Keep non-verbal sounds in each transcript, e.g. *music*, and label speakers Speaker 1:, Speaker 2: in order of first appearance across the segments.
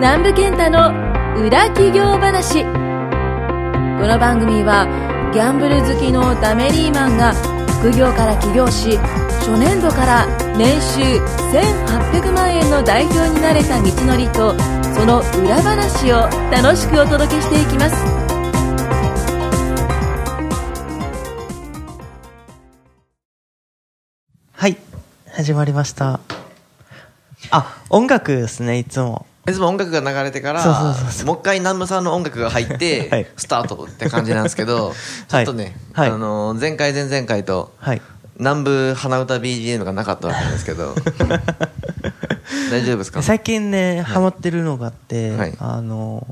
Speaker 1: 南部健太の裏企業話この番組はギャンブル好きのダメリーマンが副業から起業し初年度から年収1800万円の代表になれた道のりとその裏話を楽しくお届けしていきます
Speaker 2: はい始まりましたあ音楽ですねいつも
Speaker 3: いつも音楽が流れてから
Speaker 2: そうそうそうそう
Speaker 3: もう一回南部さんの音楽が入っ
Speaker 2: *laughs* は
Speaker 3: て
Speaker 2: い
Speaker 3: スタートって感じなんです
Speaker 2: *laughs*
Speaker 3: けど、ちょっとね、
Speaker 2: はい
Speaker 3: あのー前回前々回と
Speaker 2: はい
Speaker 3: 南部鼻歌 BGM がなかったわけなんです
Speaker 2: *laughs*
Speaker 3: けど大丈夫ですか
Speaker 2: 最近ねハマってるのがあって、
Speaker 3: はい
Speaker 2: あの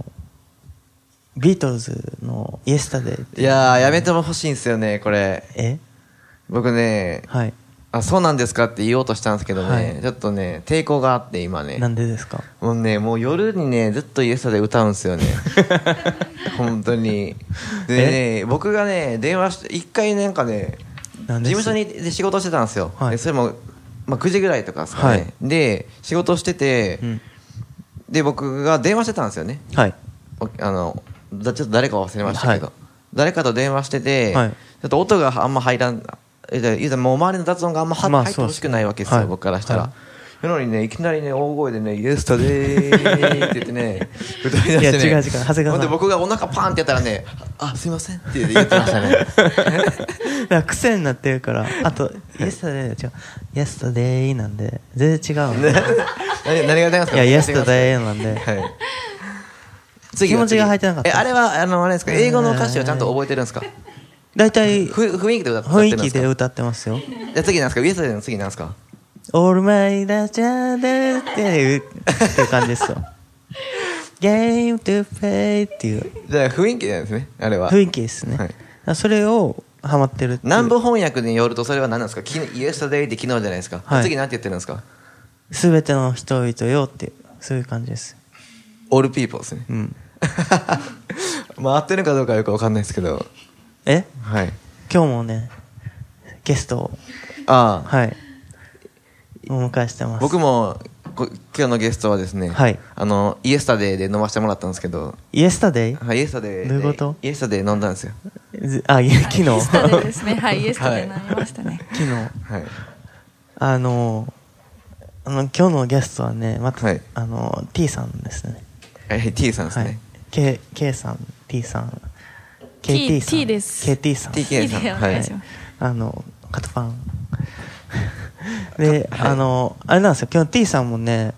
Speaker 2: ビートルズの「イエスタデイ」
Speaker 3: いやーやめてもほしいんですよねこれ
Speaker 2: え
Speaker 3: 僕ね
Speaker 2: はい
Speaker 3: あそうなんですかって言おうとしたんですけどね、
Speaker 2: はい
Speaker 3: ちょっとね抵抗があって今ね
Speaker 2: なんでですか
Speaker 3: もうねもう夜にねずっとイエスタで歌うんですよね本当にでね僕がね電話して一回なんかね
Speaker 2: な
Speaker 3: 事
Speaker 2: んです
Speaker 3: 務所にで仕事してたんですよ、
Speaker 2: はい
Speaker 3: でそれも、まあ、9時ぐらいとかですかね、
Speaker 2: はい
Speaker 3: で仕事してて、
Speaker 2: うん
Speaker 3: で僕が電話してたんですよね
Speaker 2: はい *laughs*
Speaker 3: おあのだちょっと誰か忘れましたけど、
Speaker 2: はい
Speaker 3: 誰かと電話してて、
Speaker 2: はい
Speaker 3: ちょっと音があんま入らんえだ言うたらもう周りの雑音があんまは
Speaker 2: まあ
Speaker 3: 入ってほしくないわけです
Speaker 2: そうですね
Speaker 3: よ、
Speaker 2: はい
Speaker 3: 僕からしたら。
Speaker 2: はい
Speaker 3: なのにねいきなりね大声でね「イエスタデー」って言っ
Speaker 2: *laughs*
Speaker 3: てね歌い出してね
Speaker 2: いや違う違う長谷川さん
Speaker 3: ほんで僕がお腹パンってやったらね「あすいません」って言ってまし
Speaker 2: *laughs*
Speaker 3: たね
Speaker 2: だから癖になってるからあと「イエスタデイ」違う「イエスタデイ」なんで全然違うのい
Speaker 3: 何何が出ますか
Speaker 2: や「イエスタ
Speaker 3: イ
Speaker 2: デイ」なんで
Speaker 3: はい
Speaker 2: 気持ちが入ってなかった
Speaker 3: えあれはあのあれですか英語の歌詞をちゃんと覚えてるんですか
Speaker 2: 大体
Speaker 3: ふ雰囲気で歌って
Speaker 2: 雰
Speaker 3: るん
Speaker 2: 囲
Speaker 3: で
Speaker 2: 気
Speaker 3: すか
Speaker 2: で歌ってますよ
Speaker 3: じゃあ次なんですかイエスタデーの次なんですか
Speaker 2: 「オールマイラジャーデー」っていうっていう感じ
Speaker 3: *laughs*
Speaker 2: ですよ「ゲームトゥプレイ」っていう
Speaker 3: じゃあ雰囲気なんですねあれは
Speaker 2: 雰囲気ですね、
Speaker 3: はい
Speaker 2: だからそれをハマってるっていう
Speaker 3: 南部翻訳によるとそれは何なんですかきイエスタデイって昨日じゃないですか、
Speaker 2: はい
Speaker 3: 次何て言ってるんですか
Speaker 2: 全ての人々よっていうそういう感じです
Speaker 3: オールピーポーですね
Speaker 2: う
Speaker 3: *laughs*
Speaker 2: ん
Speaker 3: まあ合ってるかどうかはよく分かんないですけど
Speaker 2: え
Speaker 3: はい
Speaker 2: 今日もねゲストを
Speaker 3: ああ、
Speaker 2: はいお迎えしてます
Speaker 3: 僕もこ今日のゲストはですね、
Speaker 2: はい
Speaker 3: あのイエスタデイで飲ませてもらったんですけど、
Speaker 2: イエスタデイ
Speaker 3: はい、イエスタデイで
Speaker 2: どういうこと
Speaker 3: イエスタデイで飲んだんですよ
Speaker 2: ずあいや昨日
Speaker 4: イエスタ
Speaker 2: 昨
Speaker 4: デイですね。
Speaker 2: *laughs*
Speaker 4: はい、イエスタデイになりましたね。
Speaker 2: 日
Speaker 3: はい
Speaker 2: あのあの今日のゲストはねまた、
Speaker 3: はい
Speaker 2: あの T さんですね
Speaker 3: えー T さんですね、
Speaker 2: はい、K, K さん T さん
Speaker 4: T-
Speaker 2: KT さん
Speaker 4: T です
Speaker 2: KT さん
Speaker 3: TK さん
Speaker 4: いいねお
Speaker 3: は
Speaker 4: 願い
Speaker 3: い
Speaker 4: します
Speaker 2: あのカトパンで、あのあれなんですよ今日 T さんもね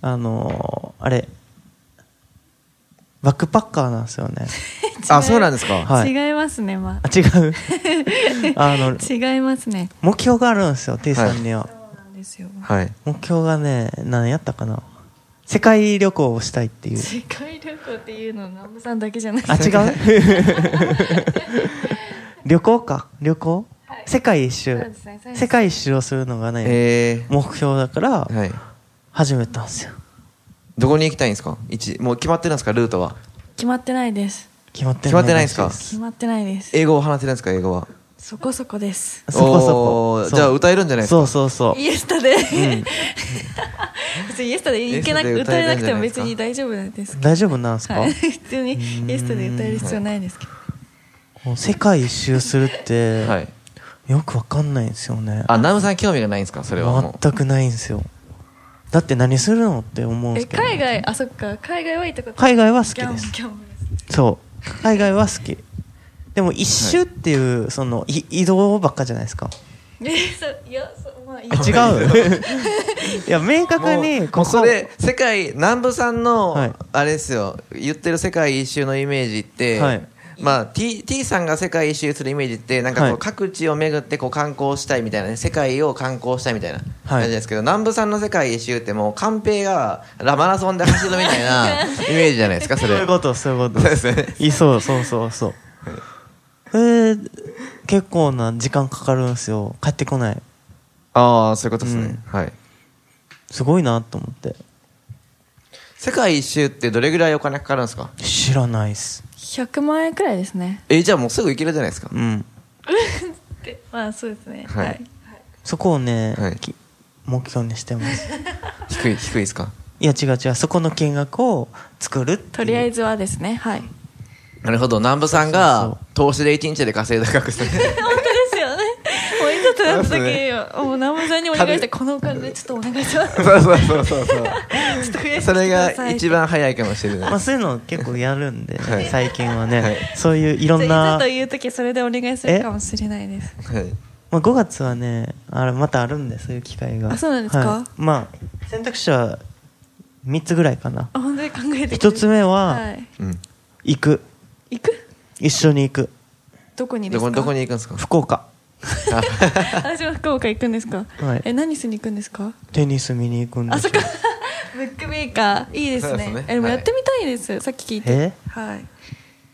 Speaker 2: あのあれバックパッカーなんですよね
Speaker 3: あそうなんですか、
Speaker 2: はい
Speaker 4: 違いますね、ま
Speaker 2: あ違うあの
Speaker 4: あ。違いますね。
Speaker 2: 目標があるんですよ T さんには、
Speaker 4: そうなんですよ。
Speaker 3: はい
Speaker 2: 目標がね何やったかな世界旅行をしたいっていう
Speaker 4: 世界旅行っていうのは南部さんだけじゃない
Speaker 2: あ違
Speaker 3: *laughs*
Speaker 2: う旅行か旅行、世界一周、
Speaker 4: そうですねそうですね
Speaker 2: 世界一周をするのがね、
Speaker 3: え
Speaker 2: 目標だから
Speaker 3: ー、はい
Speaker 2: 始めたんですよ
Speaker 3: どこに行きたいんですか一もう決まってるんですかルートは
Speaker 4: 決まってないです。
Speaker 2: 決まって
Speaker 3: 決まってないんすから
Speaker 2: し
Speaker 4: 決まってないです。
Speaker 3: 英語を話せるんですか英語は
Speaker 4: そこそこです。
Speaker 2: そこそこ
Speaker 3: おー
Speaker 2: そう
Speaker 3: じゃあ歌えるんじゃないですか
Speaker 2: そうそうそう
Speaker 4: イエスタデイ。 *laughs* 別にイエスタデイいけなく
Speaker 3: イエスタ
Speaker 4: 歌
Speaker 3: デイ歌え
Speaker 4: えな
Speaker 3: るん
Speaker 4: く
Speaker 3: じ
Speaker 4: て
Speaker 3: ゃな
Speaker 4: も
Speaker 3: いですか
Speaker 4: 別に大丈夫なんですけ
Speaker 2: 大丈夫なんです
Speaker 4: ど。
Speaker 2: か、
Speaker 4: はい。 *laughs* 普通にイエスタデイ歌える必要ないですけど。
Speaker 2: もう世界一周するって、
Speaker 3: はい
Speaker 2: よくわかんないんですよね
Speaker 3: あ南部さん興味がないんですかそれはもう
Speaker 2: 全くないんですよだって何するのって思うんで
Speaker 4: え、
Speaker 2: すけどね、
Speaker 4: 海外、あ、そっか、海外は行ったこと
Speaker 2: 海外は好き
Speaker 4: ギャン
Speaker 2: で
Speaker 4: ブ
Speaker 2: す
Speaker 4: ルギャンブル
Speaker 2: そう海外は好きでも一周っていう、そのい移動ばっかじゃないですか
Speaker 4: えそういやそうまあいい
Speaker 2: あ
Speaker 4: や
Speaker 2: 違う
Speaker 3: *laughs*
Speaker 2: いや明確に
Speaker 3: も
Speaker 2: ここ
Speaker 3: うそれ世界南部さんの、
Speaker 2: はい
Speaker 3: あれですよ言ってる世界一周のイメージって、
Speaker 2: はい
Speaker 3: まあ、T, T さんが世界一周するイメージってなんかこう、
Speaker 2: はい
Speaker 3: 各地を巡ってこう観光したいみたいなね世界を観光したいみたいな
Speaker 2: はい
Speaker 3: 感じですけど、南部さんの世界一周ってもう寛平がラマラソンで走るみた
Speaker 2: *laughs*
Speaker 3: いなイメージじゃないですかそ
Speaker 2: そうい
Speaker 3: れ
Speaker 2: うことそういうこと
Speaker 3: そうですね
Speaker 2: いそう *laughs* そうそうそうえー、結構な時間かかるんですよ帰ってこない
Speaker 3: ああそういうことですね、はい
Speaker 2: すごいなと思って
Speaker 3: 世界一周ってどれぐらいお金かかるんですか
Speaker 2: 知らないっす
Speaker 4: 100万円くらいですね
Speaker 3: えじゃあもうすぐ行けるじゃないですか
Speaker 2: うん
Speaker 4: でまあそうですね
Speaker 3: は
Speaker 4: はいい、
Speaker 2: そこをね、
Speaker 3: はい
Speaker 2: き目標にしてます
Speaker 3: 低い低いですか
Speaker 2: いや違う違うそこの見学を作るっていう
Speaker 4: とりあえずはですねはい本
Speaker 3: なるほど南部さんが投資で1日で稼いだ額ですね
Speaker 4: 当ですよねもういざとなった
Speaker 3: そう
Speaker 4: 時もう南部さんにお願いして
Speaker 3: 軽い
Speaker 4: このお金ちょっとお願いしますちょ
Speaker 3: そうそうそうそうそう
Speaker 4: *laughs* っと増やして
Speaker 3: それが
Speaker 4: 番
Speaker 3: 一番早いかもしれない
Speaker 2: まあ、そういうの結構やるんで、
Speaker 3: はい
Speaker 2: 最近はね、
Speaker 3: はい
Speaker 2: そういういろん
Speaker 4: いざ
Speaker 2: な
Speaker 4: と、いう時それでお願いするかもしれないです
Speaker 3: はい
Speaker 2: まあ、5月はねあれまたあるんでそういう機会が
Speaker 4: あそうなんですか
Speaker 2: はいまあ選択肢は3つぐらいかな
Speaker 4: あ本当に考えてくれる
Speaker 2: 一つ目は
Speaker 4: はい、
Speaker 3: うん
Speaker 2: 行く
Speaker 4: 行く
Speaker 2: 一緒に行く
Speaker 4: どこにで
Speaker 3: ど
Speaker 4: す
Speaker 3: こ
Speaker 4: か
Speaker 3: どこに行くん *laughs* ですか
Speaker 2: 福岡
Speaker 4: 私は福岡行くんですか、
Speaker 2: はい
Speaker 4: え何しに行くんですか
Speaker 2: テニス見に行くんで
Speaker 4: あ
Speaker 2: す
Speaker 4: そっ
Speaker 2: よ
Speaker 4: かブックメーカーいいです
Speaker 3: そう
Speaker 4: ね
Speaker 3: ですね
Speaker 4: えでも
Speaker 3: はい
Speaker 4: やってみたいです、さっき聞いてはい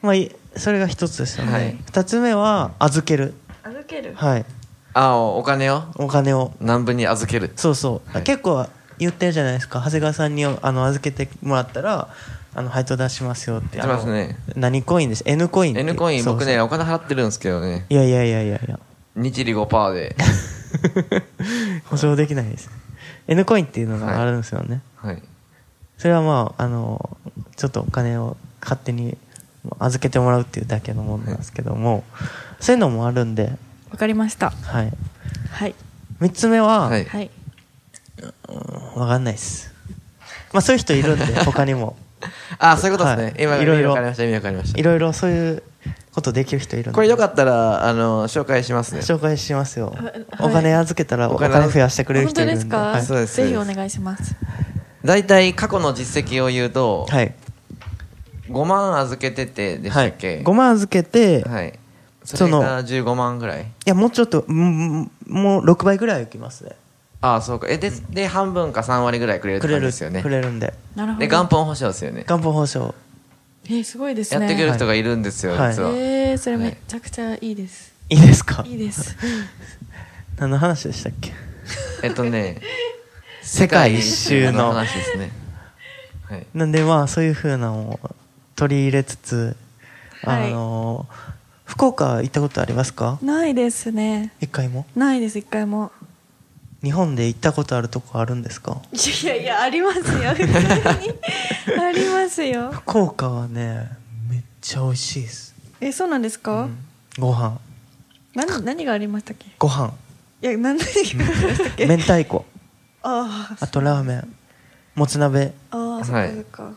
Speaker 2: まあいい、それが一つですよね、
Speaker 3: はい
Speaker 2: 二つ目は預ける
Speaker 4: 歩ける
Speaker 2: はい
Speaker 3: あおお金を
Speaker 2: お金を
Speaker 3: 南部に預ける
Speaker 2: そうそう、
Speaker 3: はい
Speaker 2: 結構言ってるじゃないですか長谷川さんにあの預けてもらったらあの配当出しますよってあの
Speaker 3: 出ますね
Speaker 2: 何コインです N コインっていう
Speaker 3: N コイン
Speaker 2: そうそう
Speaker 3: 僕ねお金払ってるんですけどね
Speaker 2: いやいやいやいやいや
Speaker 3: 日利5%で *laughs*
Speaker 2: *laughs* 保証できないです、N コインっていうのがあるんですよね、
Speaker 3: はい
Speaker 2: それはまああのちょっとお金を勝手に預けてもらうっていうだけのものなんですけども、そういうのもあるんで、
Speaker 4: わかりました
Speaker 2: はい、
Speaker 4: はい
Speaker 2: 3つ目は、
Speaker 3: はい
Speaker 4: はい
Speaker 2: 分かんないですまあそういう人いるん
Speaker 3: *laughs*
Speaker 2: で他にも
Speaker 3: あそういうことですね、
Speaker 2: はい
Speaker 3: 今
Speaker 2: いろいろ
Speaker 3: 意味わかりました意味わかりまし
Speaker 2: い
Speaker 3: た
Speaker 2: ろいろそういうことできる人いるんで
Speaker 3: これよかったらあの紹介しますね
Speaker 2: 紹介しますよ、
Speaker 4: はい
Speaker 2: お金預けたらお
Speaker 3: お金
Speaker 2: 金増やしてくれる
Speaker 4: 本
Speaker 2: 人い
Speaker 4: 当
Speaker 2: るん
Speaker 4: で
Speaker 2: です
Speaker 4: か、
Speaker 2: はい
Speaker 3: そうです
Speaker 4: ぜひお願いします
Speaker 3: 大体過去の実績を言うと、
Speaker 2: はい
Speaker 3: 5万預けててでしたっけ、
Speaker 2: 5万預けて、い、
Speaker 3: はいそれが15万ぐらい
Speaker 2: やもうちょっとうんもう6倍ぐらい浮きますね
Speaker 3: ああそうかえでで半分か3割ぐらいくれるって
Speaker 2: くれ
Speaker 3: 感じ
Speaker 2: る
Speaker 3: ですよね
Speaker 2: くれるんで
Speaker 4: なるほど
Speaker 3: で元本保証ですよね
Speaker 2: 元本保証
Speaker 4: えすごいです
Speaker 3: や
Speaker 4: ね
Speaker 3: ってくれる人がいるんですよ、
Speaker 2: はい
Speaker 3: 実は、
Speaker 4: えー、それめちゃくちゃいいです、
Speaker 2: いいですか
Speaker 4: いいです
Speaker 2: 何の話でしたっけ
Speaker 3: えっとね
Speaker 2: *laughs* 世界一周の
Speaker 3: 話ですねはい
Speaker 2: なんでまあそういうふうなのを取り入れつつ、
Speaker 4: は
Speaker 2: あ
Speaker 4: い
Speaker 2: の福岡行ったことありますか
Speaker 4: ないですね
Speaker 2: 一回も
Speaker 4: ないです一回も
Speaker 2: 日本で行ったことあるとこあるんですか
Speaker 4: いやいやありますよ普通に *laughs* ありますよ
Speaker 2: 福岡はねめっちゃ美味しいです、
Speaker 4: えそうなんですか、
Speaker 2: ご飯
Speaker 4: 何何がありましたっけ
Speaker 2: ご飯
Speaker 4: いや *laughs* 何がありましたっけ
Speaker 2: 明太子
Speaker 4: あ
Speaker 2: あとラーメンもつ鍋
Speaker 4: あああそっ
Speaker 3: は
Speaker 4: か
Speaker 3: い
Speaker 4: そっか、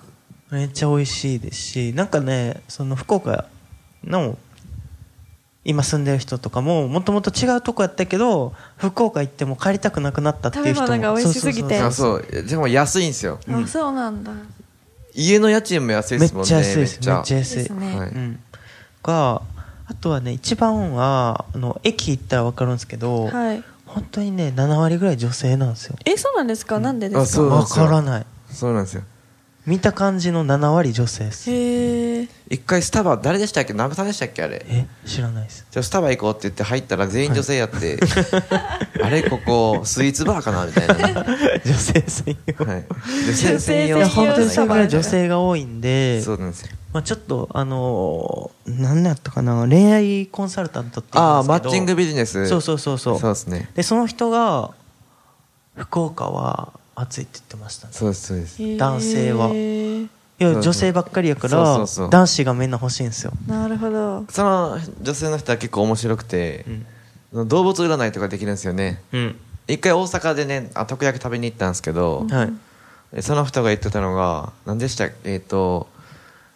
Speaker 2: めっちゃ美味しいですしなんかねその福岡の今住んでる人とかももともと違うとこやったけど福岡行っても帰りたくなくなったっていう人も
Speaker 4: 食べ物が美味しすぎて
Speaker 2: そ
Speaker 3: あ
Speaker 2: うそうそう
Speaker 3: そうでも安いんですよ
Speaker 4: あそうなんだ
Speaker 3: 家の家賃も安
Speaker 2: め
Speaker 3: いで
Speaker 2: っ
Speaker 3: すもんね
Speaker 2: ちゃ安いですめっちゃ
Speaker 4: で
Speaker 2: 安い
Speaker 4: すね、
Speaker 3: はい
Speaker 2: うんがあとはね一番はあの駅行ったら分かるんですけど、
Speaker 4: はい
Speaker 2: 本当にね7割ぐらい女性なんですよ
Speaker 4: えそうなんですか、なんでで
Speaker 3: あ
Speaker 4: すか
Speaker 3: そうなん
Speaker 2: 分
Speaker 3: ですよ
Speaker 2: からない
Speaker 3: そうなんですよ
Speaker 2: 見た感じの7割女性です
Speaker 4: へえ
Speaker 3: 一回スタバ誰でしたっけ南部さんでしたっけあれ
Speaker 2: え知らないです *laughs*
Speaker 3: じゃあスタバ行こうって言って入ったら全員女性やって、あれここスイーツバーかなみたいな、は
Speaker 2: 女性専用、
Speaker 3: い、女性専用
Speaker 2: いや
Speaker 4: 女性専
Speaker 2: 本
Speaker 4: 用
Speaker 2: 当にそれぐらい女
Speaker 4: スタ
Speaker 2: 性が多いんで
Speaker 3: そうなんですよ
Speaker 2: まあ、ちょっとあのー、何だったかな恋愛コンサルタントっていうんで
Speaker 3: ああ
Speaker 2: すけ
Speaker 3: マ
Speaker 2: ど
Speaker 3: ッチングビジネス
Speaker 2: そうそうそうそう
Speaker 3: そうですね
Speaker 2: でその人が福岡は暑いって言ってましたね
Speaker 3: そうですそうです
Speaker 4: へえ
Speaker 2: 男性はいいや
Speaker 3: そう
Speaker 2: 女性ばっかりやから
Speaker 3: そうそうそう
Speaker 2: 男子がみんな欲しいんですよ、
Speaker 4: なる
Speaker 3: *laughs*
Speaker 4: ほど
Speaker 3: その女性の人は結構面白くて、動物占いとかできるんですよね
Speaker 2: うん
Speaker 3: 一回大阪でねあたこ焼き食べに行ったんですけど、
Speaker 2: はい
Speaker 3: でその人が言ってたのが何でしたっけえっ、と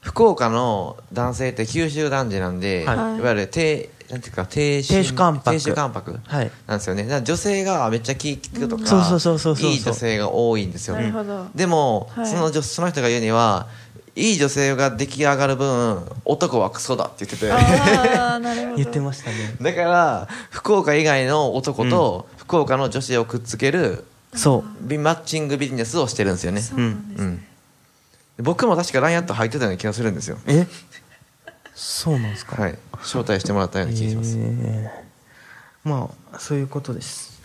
Speaker 3: 福岡の男性って九州男児なんで、
Speaker 2: はい
Speaker 3: い、わゆる低なんていうか低
Speaker 2: 亭主関白
Speaker 3: 亭主関白
Speaker 2: はい
Speaker 3: なんですよねだから女性がめっちゃ気利くとか、
Speaker 2: そうそうそうそうそう
Speaker 3: いい女性が多いんですよ、
Speaker 4: なるほど
Speaker 3: でも、
Speaker 4: はい
Speaker 3: その女その人が言うにはいい女性が出来上がる分男はクソだって言ってて
Speaker 4: ああなるほど
Speaker 2: 言ってましたね
Speaker 3: *laughs* だから福岡以外の男と福岡の女子をくっつける
Speaker 2: そ
Speaker 3: ビマッチングビジネスをしてるんですよね
Speaker 4: そうなんです、
Speaker 3: うん僕も確か LINE アット入ってたような気がするんですよ
Speaker 2: うえそうなんですか
Speaker 3: はい招待してもらったような気がします、
Speaker 2: えーまあそういうこと
Speaker 3: *coughs*
Speaker 2: です、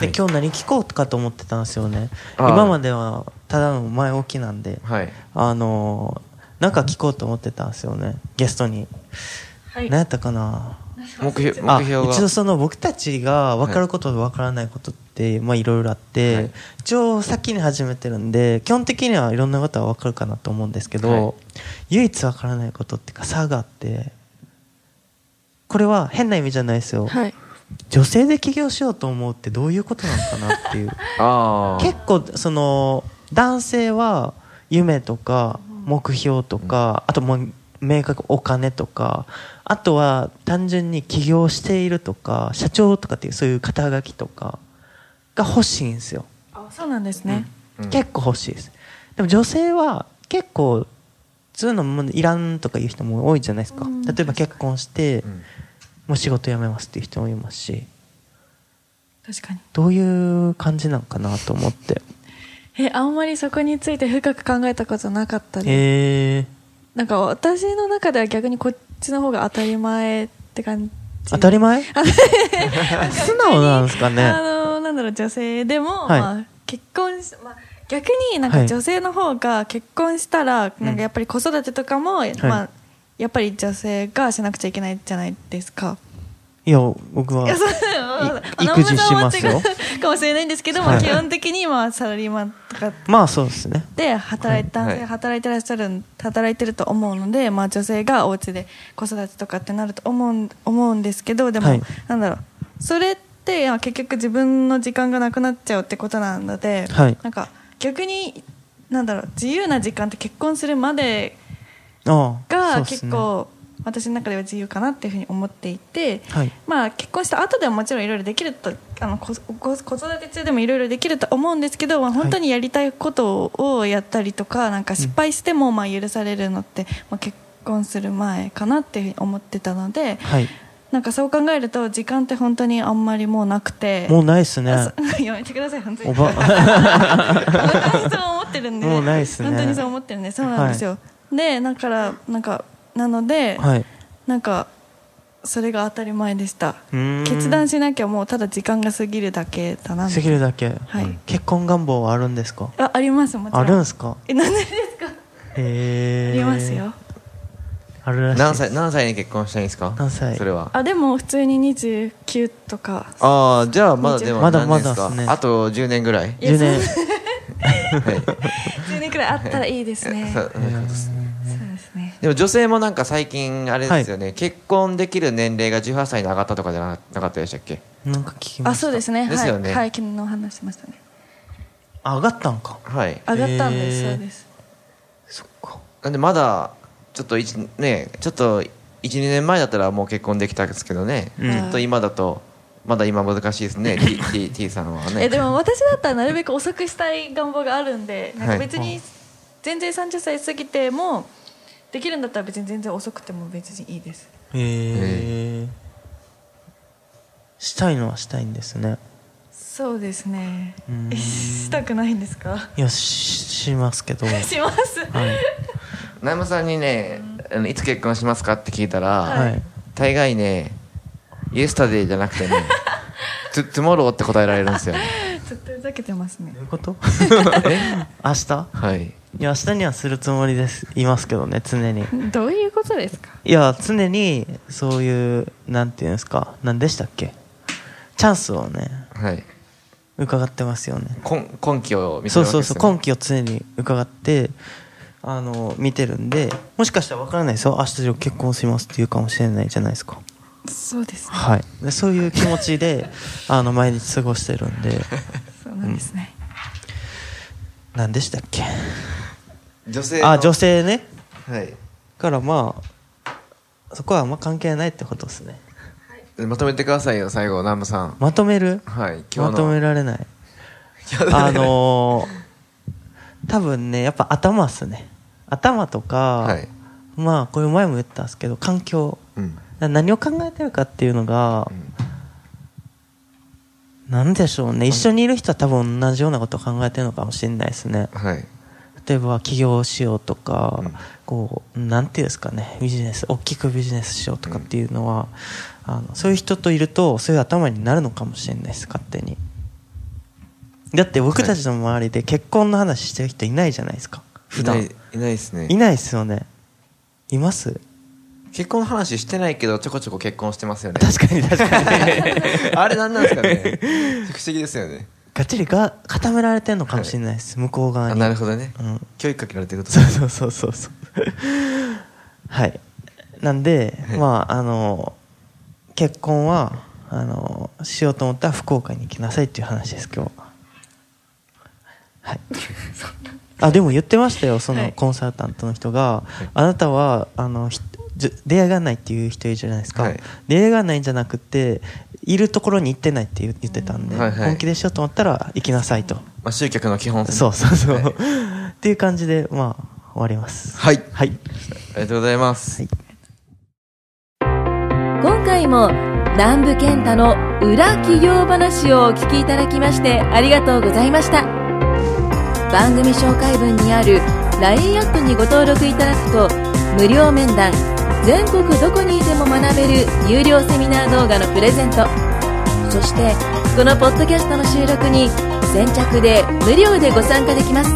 Speaker 2: で今日何聞こうかと思ってたんですよね
Speaker 3: あー
Speaker 2: 今まではただの前置きなんで、
Speaker 3: はい
Speaker 2: あのーなんか聞こうと思ってたんですよねゲストに、
Speaker 4: はい
Speaker 2: 何やったかな
Speaker 3: 目標目
Speaker 2: あ
Speaker 3: 標が
Speaker 2: 一応その僕たちが分かることと分からないことってまあいろいろあって、
Speaker 3: はい
Speaker 2: 一応先に始めてるんで基本的にはいろんなことは分かるかなと思うんですけど、
Speaker 3: はい
Speaker 2: 唯一分からないことっていうか差があってこれは変な意味じゃないですよ、
Speaker 4: はい。
Speaker 2: 女性で起業しようと思うってどういうことなのかなっていう
Speaker 3: あー
Speaker 2: 結構その男性は夢とか目標とか、あともう明確お金とかあとは単純に起業しているとか社長とかっていうそういう肩書きとかが欲しいんですよ、
Speaker 4: あ、そうなんですね。
Speaker 3: うん
Speaker 2: 結構欲しいですでも女性は結構そういうのもいらんとかいう人も多いじゃないですか、
Speaker 4: うん
Speaker 2: 例えば結婚して
Speaker 3: うん
Speaker 2: もう仕事辞めますっていう人もいますし
Speaker 4: 確かに。
Speaker 2: どういう感じなんかなと思って
Speaker 4: え、あんまりそこについて深く考えたことなかったです。
Speaker 2: へえ
Speaker 4: なんか私の中では逆にこっちの方が当たり前って感じ。
Speaker 2: *laughs* 当たり
Speaker 4: *laughs*
Speaker 2: 前素直なんですか
Speaker 4: あ
Speaker 2: ね
Speaker 4: のなんだろう女性でも、
Speaker 2: はい
Speaker 4: まあ、結婚し、まあ、逆になん
Speaker 2: は
Speaker 4: か
Speaker 2: い
Speaker 4: 女性の方が結婚したら、なんかやっぱり子育てとかも、まあ、やっぱり女性がしなくちゃいけないじゃないですか。
Speaker 2: いや僕はい
Speaker 4: やそう
Speaker 2: い育児しますよ
Speaker 4: 南波さんは違うかもしれないんですけど、ま
Speaker 2: は
Speaker 4: あ
Speaker 2: い
Speaker 4: 基本的にまあサラリーマンとか
Speaker 2: まあそうですね
Speaker 4: で働い男性
Speaker 3: はい
Speaker 4: が働いてらっしゃるん働いてると思うので、まあ、女性がお家で子育てとかってなると思うん思うんですけどでも、
Speaker 2: はい
Speaker 4: なんだろうそれってまあ結局自分の時間がなくなっちゃうってことなので、
Speaker 2: はい
Speaker 4: なんか逆になんだろう自由な時間って結婚するまで
Speaker 2: ああ
Speaker 4: が
Speaker 2: そうっす
Speaker 4: 結
Speaker 2: ね
Speaker 4: 構、私の中では自由かなっていうふうに思っていて、
Speaker 2: はい
Speaker 4: まあ、結婚した後でももちろんいろいろできるとあのここ子育て中でもいろいろできると思うんですけど、まあ、本当にやりたいことをやったりとかなんか失敗してもまあ許されるのって、まあ、結婚する前かなっていうふうに思ってたので
Speaker 2: はい
Speaker 4: なんかそう考えると時間って本当にあんまりもうなくて。
Speaker 2: もうないっすね
Speaker 4: あそ *laughs* やめてください本当に
Speaker 2: おば
Speaker 4: 本当にそう思ってるんで
Speaker 2: もうないっすね
Speaker 4: 本当にそう思ってるんでそうなんですよ、でだからなんかなので、
Speaker 2: はい
Speaker 4: なんかそれが当たり前でした
Speaker 2: うーん
Speaker 4: 決断しなきゃもうただ時間が過ぎるだけだな
Speaker 2: 過ぎるだけ
Speaker 4: はい
Speaker 2: 結婚願望はあるんですか
Speaker 4: あありますもちろん
Speaker 2: あるんすか
Speaker 4: えなんでですか、
Speaker 2: へえ
Speaker 4: ありますよ
Speaker 2: あるらしい
Speaker 3: 何歳何歳に結婚したいんですか
Speaker 2: 何歳
Speaker 3: それは
Speaker 4: あでも普通に29とか
Speaker 3: ああじゃあまだでも
Speaker 2: まだ
Speaker 3: 何年です
Speaker 2: まだ
Speaker 3: か
Speaker 2: っすね
Speaker 3: あと10年ぐらい
Speaker 4: いや
Speaker 2: 10年
Speaker 3: はい
Speaker 4: 10年くらいあったらいいですね
Speaker 3: *laughs* そう
Speaker 2: へー
Speaker 4: そうですね
Speaker 3: でも女性もなんか最近あれですよね結婚できる年齢が18歳に上がったとかじゃななかったでしたっけ
Speaker 2: なんか聞きま
Speaker 4: あ
Speaker 2: した
Speaker 4: そうですね
Speaker 3: ですよね
Speaker 4: はい、はい、昨日話してましたね
Speaker 2: あ上がったんか
Speaker 3: はい
Speaker 4: 上がったんです、
Speaker 2: へー
Speaker 4: そうです
Speaker 2: そっか
Speaker 3: なんでまだちょっと一ねちょっと12年前だったらもう結婚できたんですけどね、
Speaker 2: うん
Speaker 3: ちょっと今だとまだ今難しいです
Speaker 2: *laughs*
Speaker 3: ね T, T, T さんはね
Speaker 4: えでも私だったらなるべく遅くしたい願望があるんでなんか別
Speaker 2: はい
Speaker 4: に全然30歳過ぎてもできるんだったら別に全然遅くても別にいいです
Speaker 2: へえしたいのはしたいんですね
Speaker 4: そうですね
Speaker 2: うーん
Speaker 4: えしたくないんですか
Speaker 2: いやしします
Speaker 4: *laughs*
Speaker 2: けど
Speaker 4: します *laughs*
Speaker 2: はい
Speaker 3: 南無さんにね、あのいつ結婚しますかって聞いたら、
Speaker 2: はい
Speaker 3: 大概ね「イエスタデイ」じゃなくてね
Speaker 2: *laughs*
Speaker 3: 「トゥトゥモロー」って答えられるんですよね
Speaker 4: ちょっとふざけてますね
Speaker 2: どういうこと
Speaker 3: *laughs*
Speaker 2: 明日
Speaker 3: はい
Speaker 2: いや明日にはするつもりですいますけどね常に
Speaker 4: どういうことですか
Speaker 2: いや常にそういうなんていうんですか何でしたっけチャンスをね
Speaker 3: はい
Speaker 2: 伺ってますよね
Speaker 3: 根根拠を見て
Speaker 2: そ
Speaker 3: る
Speaker 2: う
Speaker 3: わけ
Speaker 2: そ
Speaker 3: で
Speaker 2: う
Speaker 3: す
Speaker 2: そ
Speaker 3: よね
Speaker 2: う根拠を常に伺ってあの見てるんでもしかしたら分からないですよ明日で結婚しますって言うかもしれないじゃないですか
Speaker 4: そうですね
Speaker 2: はいでそういう気持ちであの毎日過ごしてるん
Speaker 3: *laughs*
Speaker 2: で
Speaker 4: そうなんですね、
Speaker 2: 何でしたっけ
Speaker 3: 女性の
Speaker 2: あ女性ね
Speaker 3: はい
Speaker 2: からまあそこはあんま関係ないってことですね
Speaker 3: でまとめてくださいよ最後南無さん
Speaker 2: まとめる
Speaker 3: はい今
Speaker 2: ま
Speaker 3: 日の
Speaker 2: とめられ
Speaker 3: *laughs*
Speaker 2: ないあのー多分ねやっぱ頭っすね頭とか、
Speaker 3: はい
Speaker 2: まあこれ前も言ったんですけど環境
Speaker 3: うん
Speaker 2: な何を考えてるかっていうのが
Speaker 3: う、ん
Speaker 2: なんでしょうね一緒にいる人は多分同じようなことを考えてるのかもしれないですね
Speaker 3: はい
Speaker 2: 例えば起業しようとか、
Speaker 3: うん
Speaker 2: こうなんていうんですかねビジネス大きくビジネスしようとかっていうのは、あのそういう人といるとそういう頭になるのかもしれないです勝手にだって僕たちの周りで結婚の話してる人いないじゃないですか普段
Speaker 3: いないいないですね
Speaker 2: いないですよねいます
Speaker 3: 結婚の話してないけどちょこちょこ結婚してますよ
Speaker 2: *laughs*
Speaker 3: ね
Speaker 2: 確かに確かに
Speaker 3: *laughs* あれなんなんですかね不思議ですよね
Speaker 2: *laughs* がっちりが固められてんのかもしれないです、向こう側
Speaker 3: あ
Speaker 2: に
Speaker 3: なるほどね、
Speaker 2: うん
Speaker 3: 教育かけられてること
Speaker 2: そうそうそうそうそうはいなんで、
Speaker 3: はい
Speaker 2: まああの結婚はあのしようと思ったら福岡に行きなさいっていう話です今日は
Speaker 3: *laughs*
Speaker 2: はいあでも言ってましたよそ
Speaker 4: は
Speaker 2: の
Speaker 4: い
Speaker 2: コンサルタントの人が、あなたはあのひじゅ出会いがないっていう人いるじゃないですか、
Speaker 3: はい
Speaker 2: 出会いがないんじゃなくているところに行ってないって言言ってたんで、
Speaker 3: うんはいはい
Speaker 2: 本気でしようと思ったら行きなさいと、
Speaker 3: まあ集客の基本ですね
Speaker 2: そうそうそう、
Speaker 3: はい、
Speaker 2: っていう感じでまあ終わります
Speaker 3: はい
Speaker 2: はい
Speaker 3: ありがとうございます、
Speaker 2: はい
Speaker 1: 今回も南部健太の裏企業話をお聞きいただきましてありがとうございました番組紹介文にある LINE アップにご登録いただくと無料面談全国どこにいても学べる有料セミナー動画のプレゼントそしてこのポッドキャストの収録に先着で無料でご参加できます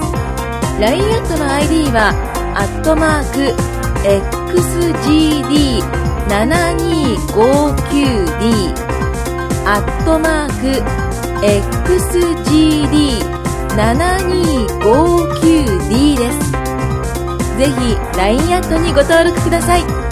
Speaker 1: LINE アットの ID はアットマーク XGD7259D アットマーク XGD7259D ですぜひ LINE アットにご登録ください